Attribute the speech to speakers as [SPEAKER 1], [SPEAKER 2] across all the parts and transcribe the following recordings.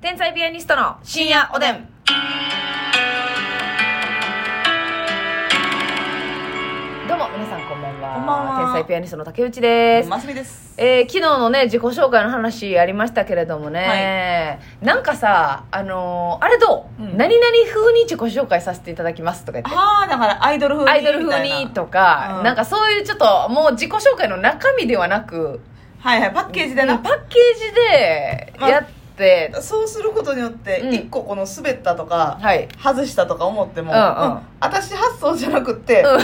[SPEAKER 1] 天才ピアニストの深夜おでん。どうも皆さんこんばんは。
[SPEAKER 2] こんばんは
[SPEAKER 1] 天才ピアニストの竹内です。
[SPEAKER 2] ますみです。
[SPEAKER 1] えー昨日のね自己紹介の話ありましたけれどもね、なんかさあのーあれどう、
[SPEAKER 2] うん
[SPEAKER 1] 何々風に自己紹介させていただきますとか言って
[SPEAKER 2] ああ、だからアイドル風に。
[SPEAKER 1] アイドル風にとか、
[SPEAKER 2] うん
[SPEAKER 1] なんかそういうちょっともう自己紹介の中身ではなく
[SPEAKER 2] はいはい、パッケージで
[SPEAKER 1] パ
[SPEAKER 2] な。
[SPEAKER 1] ッケージでやって、
[SPEAKER 2] そうすることによって、
[SPEAKER 1] うん
[SPEAKER 2] 一個この滑ったとか、
[SPEAKER 1] はい
[SPEAKER 2] 外したとか思っても、
[SPEAKER 1] うんうん
[SPEAKER 2] 私発想じゃなくって、
[SPEAKER 1] うん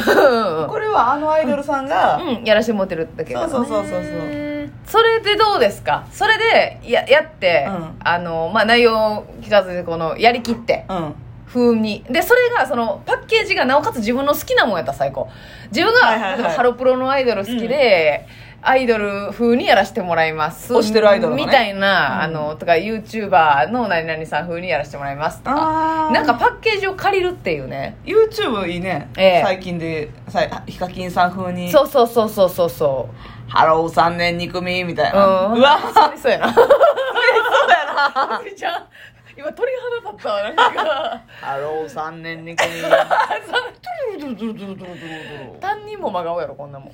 [SPEAKER 2] これはあのアイドルさんが、
[SPEAKER 1] うん、やらしてもらってるだけかな
[SPEAKER 2] そうそうそうそうそう
[SPEAKER 1] ねそれでどうですかそれでややって、
[SPEAKER 2] うん
[SPEAKER 1] あのまあ内容を聞かずにこのやりきって
[SPEAKER 2] うん。
[SPEAKER 1] 風にでそれがそのパッケージがなおかつ自分の好きなもんやったら最高自分が、
[SPEAKER 2] はいはいはい
[SPEAKER 1] 例えばハロプロのアイドル好きで、アイドル風にやらしてもらいます
[SPEAKER 2] 推してるアイドルのね
[SPEAKER 1] みたいな、
[SPEAKER 2] うん
[SPEAKER 1] あのとか YouTuber の何々さん風にやらしてもらいますとか
[SPEAKER 2] あー
[SPEAKER 1] なんか、パッケージを借りるっていうね
[SPEAKER 2] YouTube いいね。
[SPEAKER 1] ええ
[SPEAKER 2] 最近で、さいあヒカキンさん風に、
[SPEAKER 1] そうそうそうそうそうそう
[SPEAKER 2] ハロー3年2組みたいな。
[SPEAKER 1] うん
[SPEAKER 2] うわ、
[SPEAKER 1] そう そうやなそうやなおじいちゃん今鳥肌立ったわなん か
[SPEAKER 2] ハロー3年2組。
[SPEAKER 1] 単人も真顔やろこんなもん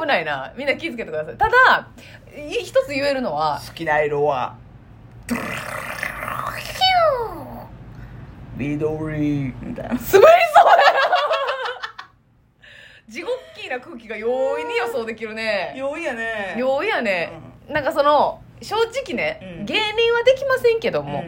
[SPEAKER 1] 危ないなみんな気ぃつけてくださいただい一つ言えるのは
[SPEAKER 2] 好きな色は緑みたいな
[SPEAKER 1] 滑りそうやな地獄キーな空気が容易に予想できるね
[SPEAKER 2] 容易やね
[SPEAKER 1] 容易やね、なんかその正直ね、
[SPEAKER 2] うん
[SPEAKER 1] 芸人はできませんけど
[SPEAKER 2] うん
[SPEAKER 1] も、もう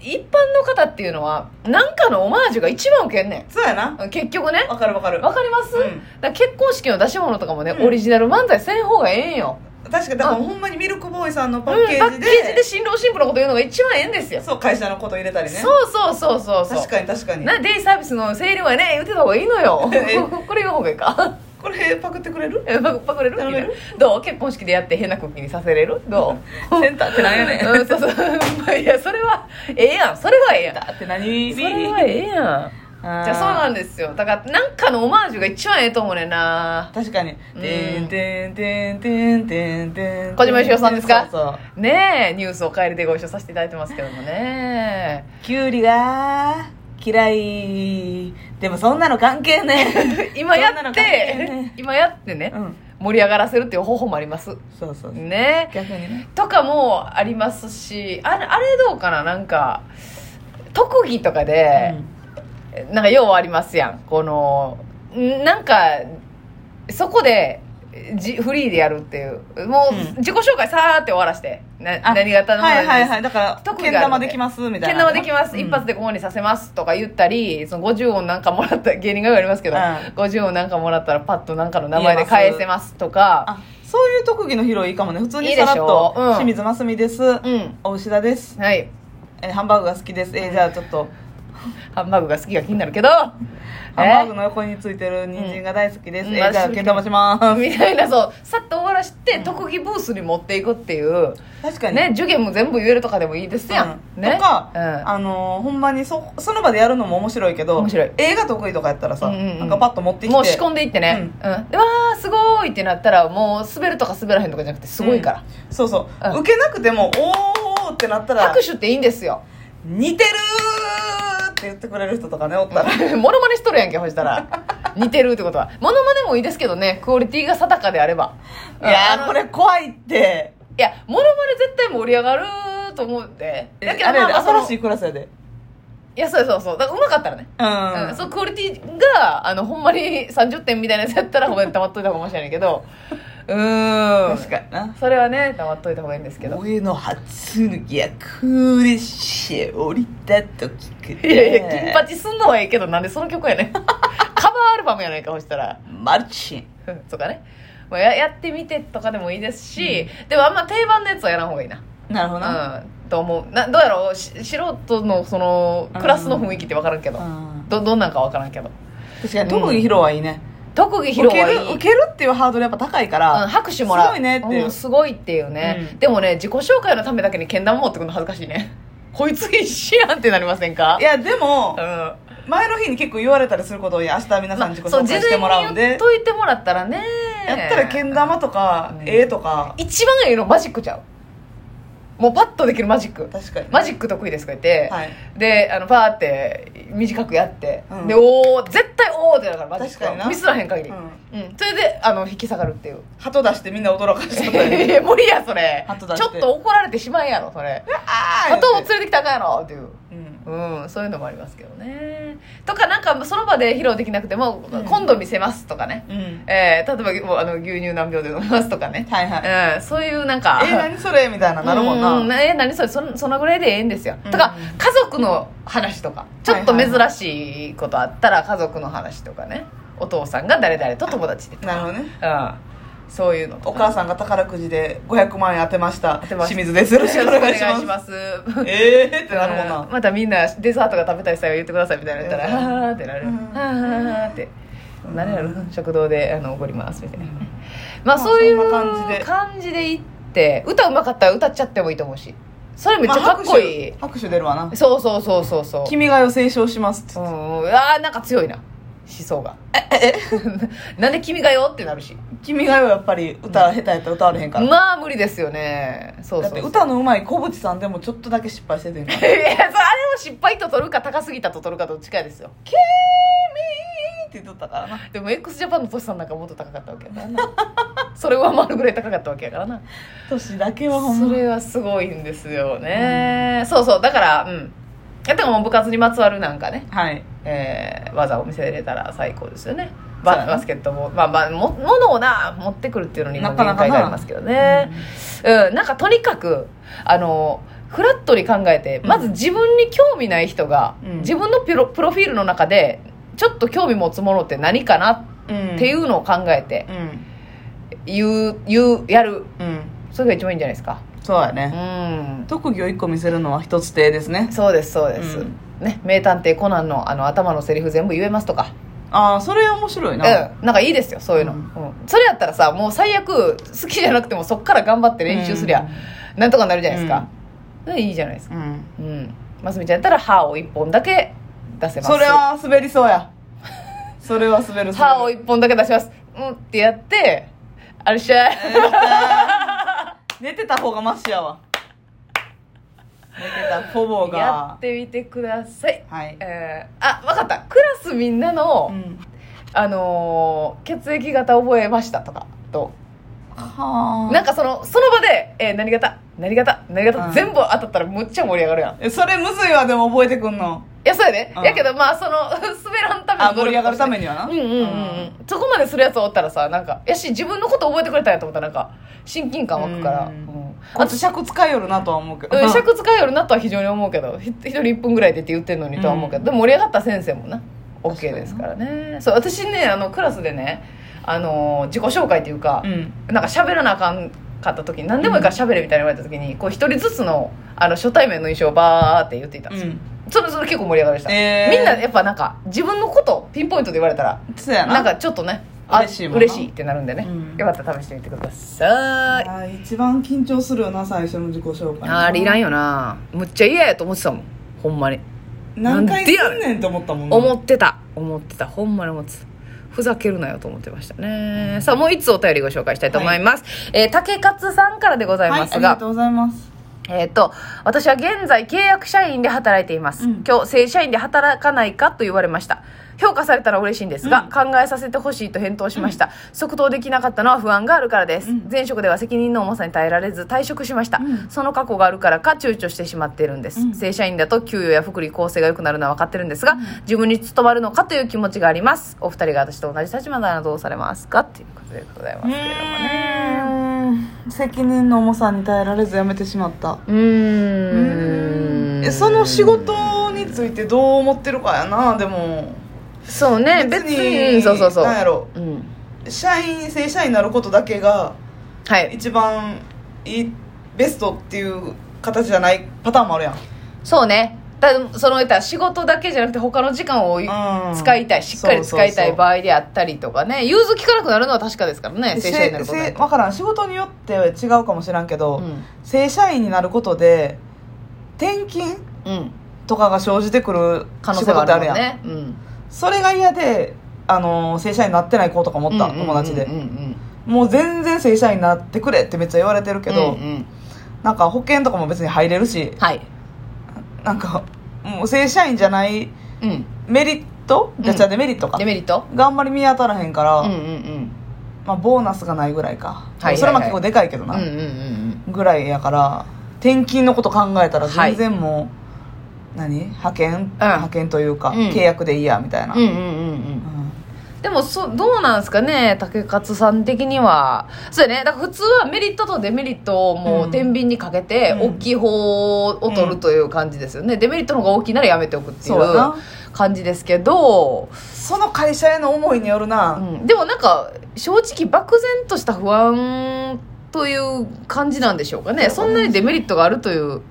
[SPEAKER 1] 一般の方っていうのは何かのオマージュが一番ウケんね
[SPEAKER 2] そうやなん
[SPEAKER 1] 結局ね
[SPEAKER 2] わかるわかる
[SPEAKER 1] わかります、
[SPEAKER 2] うん
[SPEAKER 1] だから結婚式の出し物とかもね、
[SPEAKER 2] うん
[SPEAKER 1] オリジナル漫才せん方がええんよ
[SPEAKER 2] 確かだから
[SPEAKER 1] うん
[SPEAKER 2] ほんまにミルクボーイさんの
[SPEAKER 1] パ
[SPEAKER 2] パ
[SPEAKER 1] ッ
[SPEAKER 2] ッ
[SPEAKER 1] ケージ
[SPEAKER 2] ケ
[SPEAKER 1] で,、
[SPEAKER 2] ージで
[SPEAKER 1] 新郎新婦のこと言うのが一番ええんですよ、
[SPEAKER 2] そう会社のこと入れたりね
[SPEAKER 1] そうそうそうそうそう
[SPEAKER 2] 確かに確かに
[SPEAKER 1] なデイサービスの整理はね言ってた方がいいの よ
[SPEAKER 2] え
[SPEAKER 1] これ言う方がいいか
[SPEAKER 2] これパクってくれる
[SPEAKER 1] えパクパクれる
[SPEAKER 2] 頼める
[SPEAKER 1] どう結婚式でやって変な空気にさせれるど う
[SPEAKER 2] センターってなんやねん
[SPEAKER 1] うんそうそう まあいやそれはええやんそれはええやん
[SPEAKER 2] だって何
[SPEAKER 1] それはええやんじゃあそうなんんですよだからなんかのオマージュが一番ええと思うねんな
[SPEAKER 2] 確かに
[SPEAKER 1] うん
[SPEAKER 2] てんてんてんてんてんてん
[SPEAKER 1] 小島よしおさんですか
[SPEAKER 2] そうそう
[SPEAKER 1] ねえニュースお帰りでご一緒させていただいてますけどもね
[SPEAKER 2] きゅうりが嫌いでもそんなの関係ね
[SPEAKER 1] 今や
[SPEAKER 2] そんな
[SPEAKER 1] っ
[SPEAKER 2] の関係
[SPEAKER 1] て
[SPEAKER 2] ねえ
[SPEAKER 1] 今やって ね、
[SPEAKER 2] うん
[SPEAKER 1] 盛り上がらせるっていう方法もあります
[SPEAKER 2] そうそうそう
[SPEAKER 1] ね
[SPEAKER 2] 逆にね
[SPEAKER 1] とかもありますしあれあれどうかななんか特技とかで、なんかようありますやんこのんなんかそこでじフリーでやるっていうも
[SPEAKER 2] うん
[SPEAKER 1] う自己紹介さーって終わらしてな
[SPEAKER 2] あ
[SPEAKER 1] 何型の
[SPEAKER 2] はいはいはいだから
[SPEAKER 1] 特技
[SPEAKER 2] けん
[SPEAKER 1] がある
[SPEAKER 2] 玉
[SPEAKER 1] ので
[SPEAKER 2] できますみたい
[SPEAKER 1] け
[SPEAKER 2] なん
[SPEAKER 1] 玉できます、
[SPEAKER 2] うん
[SPEAKER 1] 一発でここにさせますとか言ったりその50音なんかもらった芸人が言りますけど、
[SPEAKER 2] うん
[SPEAKER 1] 50音なんかもらったらパッとなんかの名前で返せますとか
[SPEAKER 2] あそういう特技の披露いいかもね普通
[SPEAKER 1] いいで
[SPEAKER 2] に
[SPEAKER 1] しょ
[SPEAKER 2] さらっと
[SPEAKER 1] うん
[SPEAKER 2] 清水ますみです
[SPEAKER 1] うん
[SPEAKER 2] 大牛田です
[SPEAKER 1] はい
[SPEAKER 2] えーハンバーグが好きですえーじゃあちょっと
[SPEAKER 1] ハンバーグが好きが気になるけどハ
[SPEAKER 2] ハンバーグの横についてる人参が大好きです
[SPEAKER 1] うん
[SPEAKER 2] えーじゃあ
[SPEAKER 1] うん
[SPEAKER 2] けん玉します
[SPEAKER 1] みたいなそうさっと終わらして、
[SPEAKER 2] うん
[SPEAKER 1] 特技ブースに持っていくっていう
[SPEAKER 2] 確かに
[SPEAKER 1] ね受験も全部言えるとかでもいいですやん、
[SPEAKER 2] うん
[SPEAKER 1] ね
[SPEAKER 2] とか、
[SPEAKER 1] うん
[SPEAKER 2] あのーほんまにそその場でやるのも面白いけど
[SPEAKER 1] 面白い
[SPEAKER 2] 映画得意とかやったらさ、
[SPEAKER 1] うんうんうん
[SPEAKER 2] なんかパッと持ってきて
[SPEAKER 1] もう仕込んでいってね、うんでわーすごいってなったらもう滑るとか滑らへんとかじゃなくてすごいから、
[SPEAKER 2] そうそう、
[SPEAKER 1] うん
[SPEAKER 2] 受けなくてもおーってなったら
[SPEAKER 1] 拍手っていいんですよ
[SPEAKER 2] 似てるーって言ってくれる人とかねおったら
[SPEAKER 1] モノマネしとるやんけほした ら似てるってことはモノマネもいいですけどねクオリティが定かであれば
[SPEAKER 2] いや
[SPEAKER 1] うんあ
[SPEAKER 2] ー
[SPEAKER 1] の
[SPEAKER 2] これ怖いって
[SPEAKER 1] いやモノマネ絶対盛り上がると思うんで
[SPEAKER 2] え
[SPEAKER 1] だけ
[SPEAKER 2] あ
[SPEAKER 1] ど
[SPEAKER 2] れ
[SPEAKER 1] ま
[SPEAKER 2] や
[SPEAKER 1] あ
[SPEAKER 2] で
[SPEAKER 1] まあその
[SPEAKER 2] 新しいクラスやで
[SPEAKER 1] いやそうそうそうだからうまかったらね
[SPEAKER 2] う
[SPEAKER 1] うん、そ
[SPEAKER 2] ん
[SPEAKER 1] うクオリティがあのほんまに30点みたいなやつやったらほんまに溜まっといた方が面白いねんけ どうーん
[SPEAKER 2] 確かにな
[SPEAKER 1] それはね溜まっといた方がいいんですけど
[SPEAKER 2] 俺の初脱ぎは苦しい降りた時く
[SPEAKER 1] い
[SPEAKER 2] らい
[SPEAKER 1] やいや金八すんのはいいけどなんでその曲やねん カバーアルバムやないかほしたら
[SPEAKER 2] マルチン
[SPEAKER 1] うん とかね、まあ、ややってみてとかでもいいですし、でもあんま定番のやつはやらん方がいいな
[SPEAKER 2] なるほどな
[SPEAKER 1] うんと思うなどうやろうし素人のそのクラスの雰囲気って分からんけど、
[SPEAKER 2] うん
[SPEAKER 1] どどんなんか分からんけど
[SPEAKER 2] 確かに特技披露はいいね
[SPEAKER 1] 特技披露
[SPEAKER 2] 受け
[SPEAKER 1] はいい
[SPEAKER 2] る受けるっていうハードルやっぱ高いか
[SPEAKER 1] うん、
[SPEAKER 2] ら
[SPEAKER 1] 拍手もらう
[SPEAKER 2] すごいねっていうん
[SPEAKER 1] すごいっていうね、
[SPEAKER 2] うん
[SPEAKER 1] でもね自己紹介のためだけにけん玉持ってくるの恥ずかしいね こいつ必死やんってなりませんか
[SPEAKER 2] いやでも
[SPEAKER 1] うんま
[SPEAKER 2] 前の日に結構言われたりすることをいや明日皆さん自己紹介してもらうん
[SPEAKER 1] そう事前に言
[SPEAKER 2] で
[SPEAKER 1] っといてもらったらね
[SPEAKER 2] やったらけん玉とか
[SPEAKER 1] うん
[SPEAKER 2] 絵とか
[SPEAKER 1] 一番いいのマジックちゃうもうパッとできるマジック
[SPEAKER 2] 確かに
[SPEAKER 1] マジック得意ですとか言って、
[SPEAKER 2] はい
[SPEAKER 1] であのパーって短くやって、
[SPEAKER 2] うん
[SPEAKER 1] でおお絶対おおってなるからマジック
[SPEAKER 2] 確かにな
[SPEAKER 1] はミスらへん限り、
[SPEAKER 2] う
[SPEAKER 1] うんんそれであの引き下がるっていう
[SPEAKER 2] 鳩出してみんな驚かし
[SPEAKER 1] い
[SPEAKER 2] とったよ
[SPEAKER 1] や い
[SPEAKER 2] ね
[SPEAKER 1] や無理やそれ
[SPEAKER 2] 鳩出し
[SPEAKER 1] ち
[SPEAKER 2] て
[SPEAKER 1] ょっと怒られてしまいやろそれ
[SPEAKER 2] あ
[SPEAKER 1] 鳩を連
[SPEAKER 2] つ
[SPEAKER 1] れてきたらあかんやろっていう
[SPEAKER 2] うん
[SPEAKER 1] うん、そういうのもありますけどね。とか、なんか、その場で披露できなくても、
[SPEAKER 2] うん
[SPEAKER 1] 今度見せますとかね。
[SPEAKER 2] うん
[SPEAKER 1] えー例えば、もうあの、牛乳何秒で飲みますとかね。
[SPEAKER 2] はいはいえ
[SPEAKER 1] うん、そういうなんか。
[SPEAKER 2] ー何それみたいななるもんな
[SPEAKER 1] うえー何それ、そんそのぐらいでええんですよ。
[SPEAKER 2] うん
[SPEAKER 1] とか、家族の話とか、ちょっと
[SPEAKER 2] はい
[SPEAKER 1] 珍
[SPEAKER 2] はい
[SPEAKER 1] しいことあったら、家族の話とかね。お父さんが誰々と友達でとか。
[SPEAKER 2] なるほどね
[SPEAKER 1] うん。そういうのと
[SPEAKER 2] お
[SPEAKER 1] か。
[SPEAKER 2] 母さんが宝くじで500万円当てました
[SPEAKER 1] てました
[SPEAKER 2] 清水ですよろしくお願いします
[SPEAKER 1] ます。
[SPEAKER 2] ええーってなるもん
[SPEAKER 1] うん
[SPEAKER 2] な
[SPEAKER 1] またみんなデザートが食べたい際は言ってくださいみたいなの言ったら「
[SPEAKER 2] うん
[SPEAKER 1] はあ」ってなる「
[SPEAKER 2] う
[SPEAKER 1] は
[SPEAKER 2] ん
[SPEAKER 1] あはあ」って「何やろ食堂であのおごります」みたいな
[SPEAKER 2] ま
[SPEAKER 1] ま
[SPEAKER 2] あ
[SPEAKER 1] あそうい
[SPEAKER 2] そん
[SPEAKER 1] う
[SPEAKER 2] な感じで
[SPEAKER 1] 感じで行って歌うまかったら歌っちゃってもいいと思うしそれめっちゃ
[SPEAKER 2] まあ
[SPEAKER 1] かっこいい
[SPEAKER 2] 拍手拍手出るわな
[SPEAKER 1] そうそうそうそうそう
[SPEAKER 2] 「君が代」斉唱しますって
[SPEAKER 1] う
[SPEAKER 2] 言って
[SPEAKER 1] んうんあーなんか強いな思想が「ええ なんで君がよ?」ってなるし
[SPEAKER 2] 君が代」はやっぱり歌下手やったら歌われへんから
[SPEAKER 1] まあ無理ですよねそう
[SPEAKER 2] だ
[SPEAKER 1] そう
[SPEAKER 2] っ
[SPEAKER 1] そう
[SPEAKER 2] て歌のうまい小渕さんでもちょっとだけ失敗しててんから
[SPEAKER 1] いやそれあれを失敗と取るか高すぎたと取るかどっちかですよ
[SPEAKER 2] って言っとったからな
[SPEAKER 1] でも x ジャパンのトシさんなんかもっと高かったわけやからなそれ上回るぐらい高かったわけやからな
[SPEAKER 2] 年だけはほん
[SPEAKER 1] そ
[SPEAKER 2] ま
[SPEAKER 1] れはすごいんですよね、そうそうだからうんやったもう部活にまつわるなんかね、
[SPEAKER 2] はい
[SPEAKER 1] えー技を見せれたら最高ですよね
[SPEAKER 2] そうや
[SPEAKER 1] バ
[SPEAKER 2] な
[SPEAKER 1] バスケットもまあまあも物をな持ってくるっていうのにも
[SPEAKER 2] なかな
[SPEAKER 1] 限
[SPEAKER 2] か
[SPEAKER 1] 界
[SPEAKER 2] な
[SPEAKER 1] がありますけどねうん、なんかとにかくあのフラットに考えて
[SPEAKER 2] うん
[SPEAKER 1] まず自分に興味ない人が、
[SPEAKER 2] うん
[SPEAKER 1] 自分のプロプロフィールの中でちょっと興味持つものって何かな
[SPEAKER 2] うん
[SPEAKER 1] っていうのを考えて
[SPEAKER 2] う、ん
[SPEAKER 1] 言う言うやる
[SPEAKER 2] うん
[SPEAKER 1] それが一番いいんじゃないですか
[SPEAKER 2] そうや
[SPEAKER 1] う
[SPEAKER 2] ね
[SPEAKER 1] ん
[SPEAKER 2] 特技を1個見せるのは一つ手ですね
[SPEAKER 1] そうですそうです、
[SPEAKER 2] うん
[SPEAKER 1] ね名探偵コナンのあの頭のセリフ全部言えますとか
[SPEAKER 2] ああそれ面白い
[SPEAKER 1] うん
[SPEAKER 2] な
[SPEAKER 1] なんかいいですよそういうの、
[SPEAKER 2] う
[SPEAKER 1] うんんそれやったらさもう最悪好きじゃなくてもそっから頑張って練習すりゃ、なんとかなるじゃないですか、それいいじゃないですか
[SPEAKER 2] うん
[SPEAKER 1] うんますみちゃんやったら歯を1本だけ出せます
[SPEAKER 2] それは滑りそうやそれは滑る
[SPEAKER 1] 歯を
[SPEAKER 2] 滑る
[SPEAKER 1] 1本だけ出しますうんってやってあれっしゃい
[SPEAKER 2] 寝てた方がマシやわ寝てたほぼ
[SPEAKER 1] や
[SPEAKER 2] が
[SPEAKER 1] ってみてください
[SPEAKER 2] はい
[SPEAKER 1] えーあわかったクラスみんなの、
[SPEAKER 2] うん
[SPEAKER 1] あのー血液型覚えましたとかと
[SPEAKER 2] は
[SPEAKER 1] なんかそのその場で、えー何型何型何
[SPEAKER 2] うん
[SPEAKER 1] 型全部当たったらむっちゃ盛り上がるやんい
[SPEAKER 2] あそれむずいわでも覚えてくんの
[SPEAKER 1] やそうやで、
[SPEAKER 2] うん
[SPEAKER 1] やけどまあその 滑らんため
[SPEAKER 2] あ
[SPEAKER 1] の
[SPEAKER 2] 盛り上がるため
[SPEAKER 1] に
[SPEAKER 2] にはな
[SPEAKER 1] うんうんうん、うん、そこまでするやつおったらさなんかやし自分のこと覚えてくれたんやと思ったらなんか親近感湧くから、
[SPEAKER 2] う
[SPEAKER 1] うんん
[SPEAKER 2] あ
[SPEAKER 1] あ
[SPEAKER 2] と
[SPEAKER 1] と
[SPEAKER 2] 尺使いよるなとは思うけど
[SPEAKER 1] うん尺使えるなとは非常に思うけどひ一人1分ぐらいでって言ってんのにとは思うけど、でも盛り上がった先生もな OK ですからねそう私ねあのクラスでねあのー自己紹介というか、
[SPEAKER 2] うん
[SPEAKER 1] なんか喋らなあかんかった時に何でもいいから喋れみたいに言われた時にこう一人ずつのあの初対面の印象をバーって言っていたん
[SPEAKER 2] う
[SPEAKER 1] ですよ、
[SPEAKER 2] ん
[SPEAKER 1] それそれ結構盛り上がりました、
[SPEAKER 2] えー
[SPEAKER 1] みんなやっぱなんか自分のことピンポイントで言われたら
[SPEAKER 2] そうやな
[SPEAKER 1] なんかちょっとねあ
[SPEAKER 2] 嬉しいもんな
[SPEAKER 1] 嬉しいってなるんでね、
[SPEAKER 2] うん
[SPEAKER 1] よかったら試してみてください、
[SPEAKER 2] あー一番緊張するよな最初の自己紹介
[SPEAKER 1] あーリラ
[SPEAKER 2] ン
[SPEAKER 1] ンよなむっちゃ嫌やと思ってたもんほんまに
[SPEAKER 2] 何回すんねんと思ったもんな
[SPEAKER 1] 思ってた思ってたほんまに思ってたふざけるなよと思ってましたね、さあもう一つお便りご紹介したいと思います、えー竹勝さんからでござい
[SPEAKER 2] はい
[SPEAKER 1] ま
[SPEAKER 2] あ
[SPEAKER 1] す
[SPEAKER 2] り
[SPEAKER 1] が、
[SPEAKER 2] がとうございます
[SPEAKER 1] えっ、と、私は現在契約社員で働いています。
[SPEAKER 2] うん
[SPEAKER 1] 今日、正社員で働かないかと言われました。評価されたら嬉しいんですが、考えさせてほしいと返答しました、即答できなかったのは不安があるからです。
[SPEAKER 2] うん
[SPEAKER 1] 前職では責任の重さに耐えられず退職しました。
[SPEAKER 2] うん
[SPEAKER 1] その過去があるからか躊躇してしまっているんです。
[SPEAKER 2] うん
[SPEAKER 1] 正社員だと給与や福利厚生が良くなるのは分かってるんですが、自分に務まるのかという気持ちがあります。お二人が私と同じ立場ならどうされますかっていうことでございますけれどもね。
[SPEAKER 2] うーん責任の重さに耐えられず辞めてしまった
[SPEAKER 1] うーん
[SPEAKER 2] えその仕事についてどう思ってるかやなでも
[SPEAKER 1] そうね別にうんそうそうそう
[SPEAKER 2] なんやろ
[SPEAKER 1] うん
[SPEAKER 2] 社員正社員になることだけが
[SPEAKER 1] はい
[SPEAKER 2] 一番いいベストっていう形じゃないパターンもあるやん、
[SPEAKER 1] そうねだその言ったら仕事だけじゃなくて他の時間をい
[SPEAKER 2] うん
[SPEAKER 1] 使いたいしっかり使いたい場合であったりとかね融通きかなくなるのは確かですからね
[SPEAKER 2] せ
[SPEAKER 1] 正社員になること
[SPEAKER 2] せ
[SPEAKER 1] ね
[SPEAKER 2] 分からん仕事によって違うかもしらんけど、
[SPEAKER 1] うん
[SPEAKER 2] 正社員になることで転勤
[SPEAKER 1] うん
[SPEAKER 2] とかが生じてくる
[SPEAKER 1] 可能
[SPEAKER 2] 仕
[SPEAKER 1] 性
[SPEAKER 2] 事
[SPEAKER 1] は
[SPEAKER 2] ってあ
[SPEAKER 1] あ
[SPEAKER 2] る
[SPEAKER 1] る
[SPEAKER 2] や
[SPEAKER 1] も
[SPEAKER 2] ん
[SPEAKER 1] んねうん
[SPEAKER 2] それが嫌で、あのー正社員になってない子とか持った、友達で、
[SPEAKER 1] うんうんうんうん
[SPEAKER 2] もう全然正社員になってくれってめっちゃ言われてるけ
[SPEAKER 1] うん
[SPEAKER 2] ど、
[SPEAKER 1] うん
[SPEAKER 2] なんか保険とかも別に入れるし
[SPEAKER 1] はい
[SPEAKER 2] なんかもう正社員じゃない
[SPEAKER 1] うん
[SPEAKER 2] メリット
[SPEAKER 1] ん
[SPEAKER 2] じゃじゃデメリットか、
[SPEAKER 1] デメリット
[SPEAKER 2] があんまり見当たらへんから、
[SPEAKER 1] うんうんうん
[SPEAKER 2] まあ、ボーナスがないぐらいか、
[SPEAKER 1] はいはいはい
[SPEAKER 2] それも結構でかいけどな、
[SPEAKER 1] うんうんうん
[SPEAKER 2] ぐらいやから転勤のこと考えたら
[SPEAKER 1] はい
[SPEAKER 2] 全然もう、何派遣、派遣というか、
[SPEAKER 1] うん
[SPEAKER 2] 契約でいいやみたいな、
[SPEAKER 1] うんうんうんうんでもそどうなんですかね竹勝さん的にはそうやねだから普通はメリットとデメリットをも
[SPEAKER 2] う
[SPEAKER 1] うん天秤にかけて
[SPEAKER 2] うん
[SPEAKER 1] 大きい方を取るという感じですよね、デメリットの方が大きいならやめておくってい
[SPEAKER 2] そうや
[SPEAKER 1] う
[SPEAKER 2] な
[SPEAKER 1] 感じですけど、
[SPEAKER 2] その会社への思いによるな、
[SPEAKER 1] うんでもなんか正直漠然とした不安という感じなんでしょうかねそんなにデメリットがあるという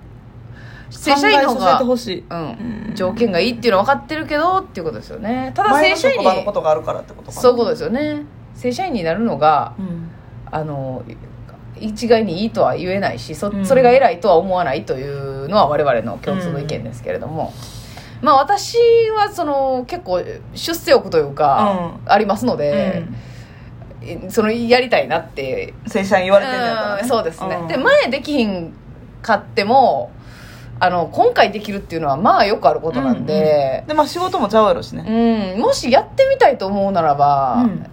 [SPEAKER 1] 正社員の
[SPEAKER 2] 考えさせて
[SPEAKER 1] 方が、
[SPEAKER 2] ほしい
[SPEAKER 1] うん、条件がいいっていうのは分かってるけどっていうことですよねただ正
[SPEAKER 2] 前の
[SPEAKER 1] 社員
[SPEAKER 2] 職
[SPEAKER 1] に
[SPEAKER 2] 場のことがあるからってことかな
[SPEAKER 1] そういうことですよね正社員になるのが
[SPEAKER 2] うん
[SPEAKER 1] あの一概にいいとは言えないしそ
[SPEAKER 2] うん
[SPEAKER 1] それが偉いとは思わないというのは我々の共通の意見ですけれども、まあ私はその結構出世欲というか、ありますので、えそのやりたいなって
[SPEAKER 2] うん正社員言われてんのやったらね、
[SPEAKER 1] うんそうですね、
[SPEAKER 2] ん
[SPEAKER 1] で前できひんかってもあの今回できるっていうのはまあよくあることなんで、
[SPEAKER 2] でまあ仕事もちゃうやろしね、
[SPEAKER 1] うんもしやってみたいと思うならば、
[SPEAKER 2] うん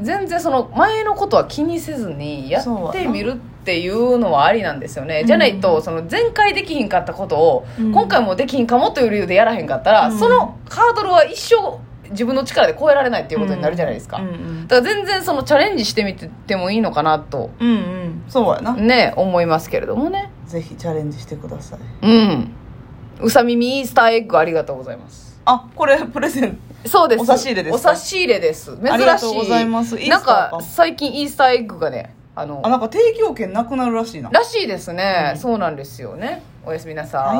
[SPEAKER 1] 全然その前のことは気にせずにやってみるっていうのはありなんですよね
[SPEAKER 2] うん
[SPEAKER 1] じゃないとその前回できひんかったことを
[SPEAKER 2] うん
[SPEAKER 1] 今回もできひんかもという理由でやらへんかったら、
[SPEAKER 2] うん
[SPEAKER 1] そのハードルは一生自分の力で超えられないっていうことになるじゃないですか、
[SPEAKER 2] うんうん
[SPEAKER 1] だから全然そのチャレンジしてみててもいいのかなと
[SPEAKER 2] うんうんそうやな、
[SPEAKER 1] ね思いますけれどもね
[SPEAKER 2] ぜひチャレンジしてください
[SPEAKER 1] うんうさ耳イースターエッグありがとうございます
[SPEAKER 2] あこれプレゼント
[SPEAKER 1] そうです
[SPEAKER 2] お差し入れですか
[SPEAKER 1] お差し入れです珍しい
[SPEAKER 2] ありがとうございますイースタ
[SPEAKER 1] なん
[SPEAKER 2] ーか
[SPEAKER 1] か最近イースターエッグがねあの
[SPEAKER 2] あなんか提供権なくなるらしいな
[SPEAKER 1] らしいですね、
[SPEAKER 2] うん
[SPEAKER 1] そうなんですよねおやすみなさい、
[SPEAKER 2] はい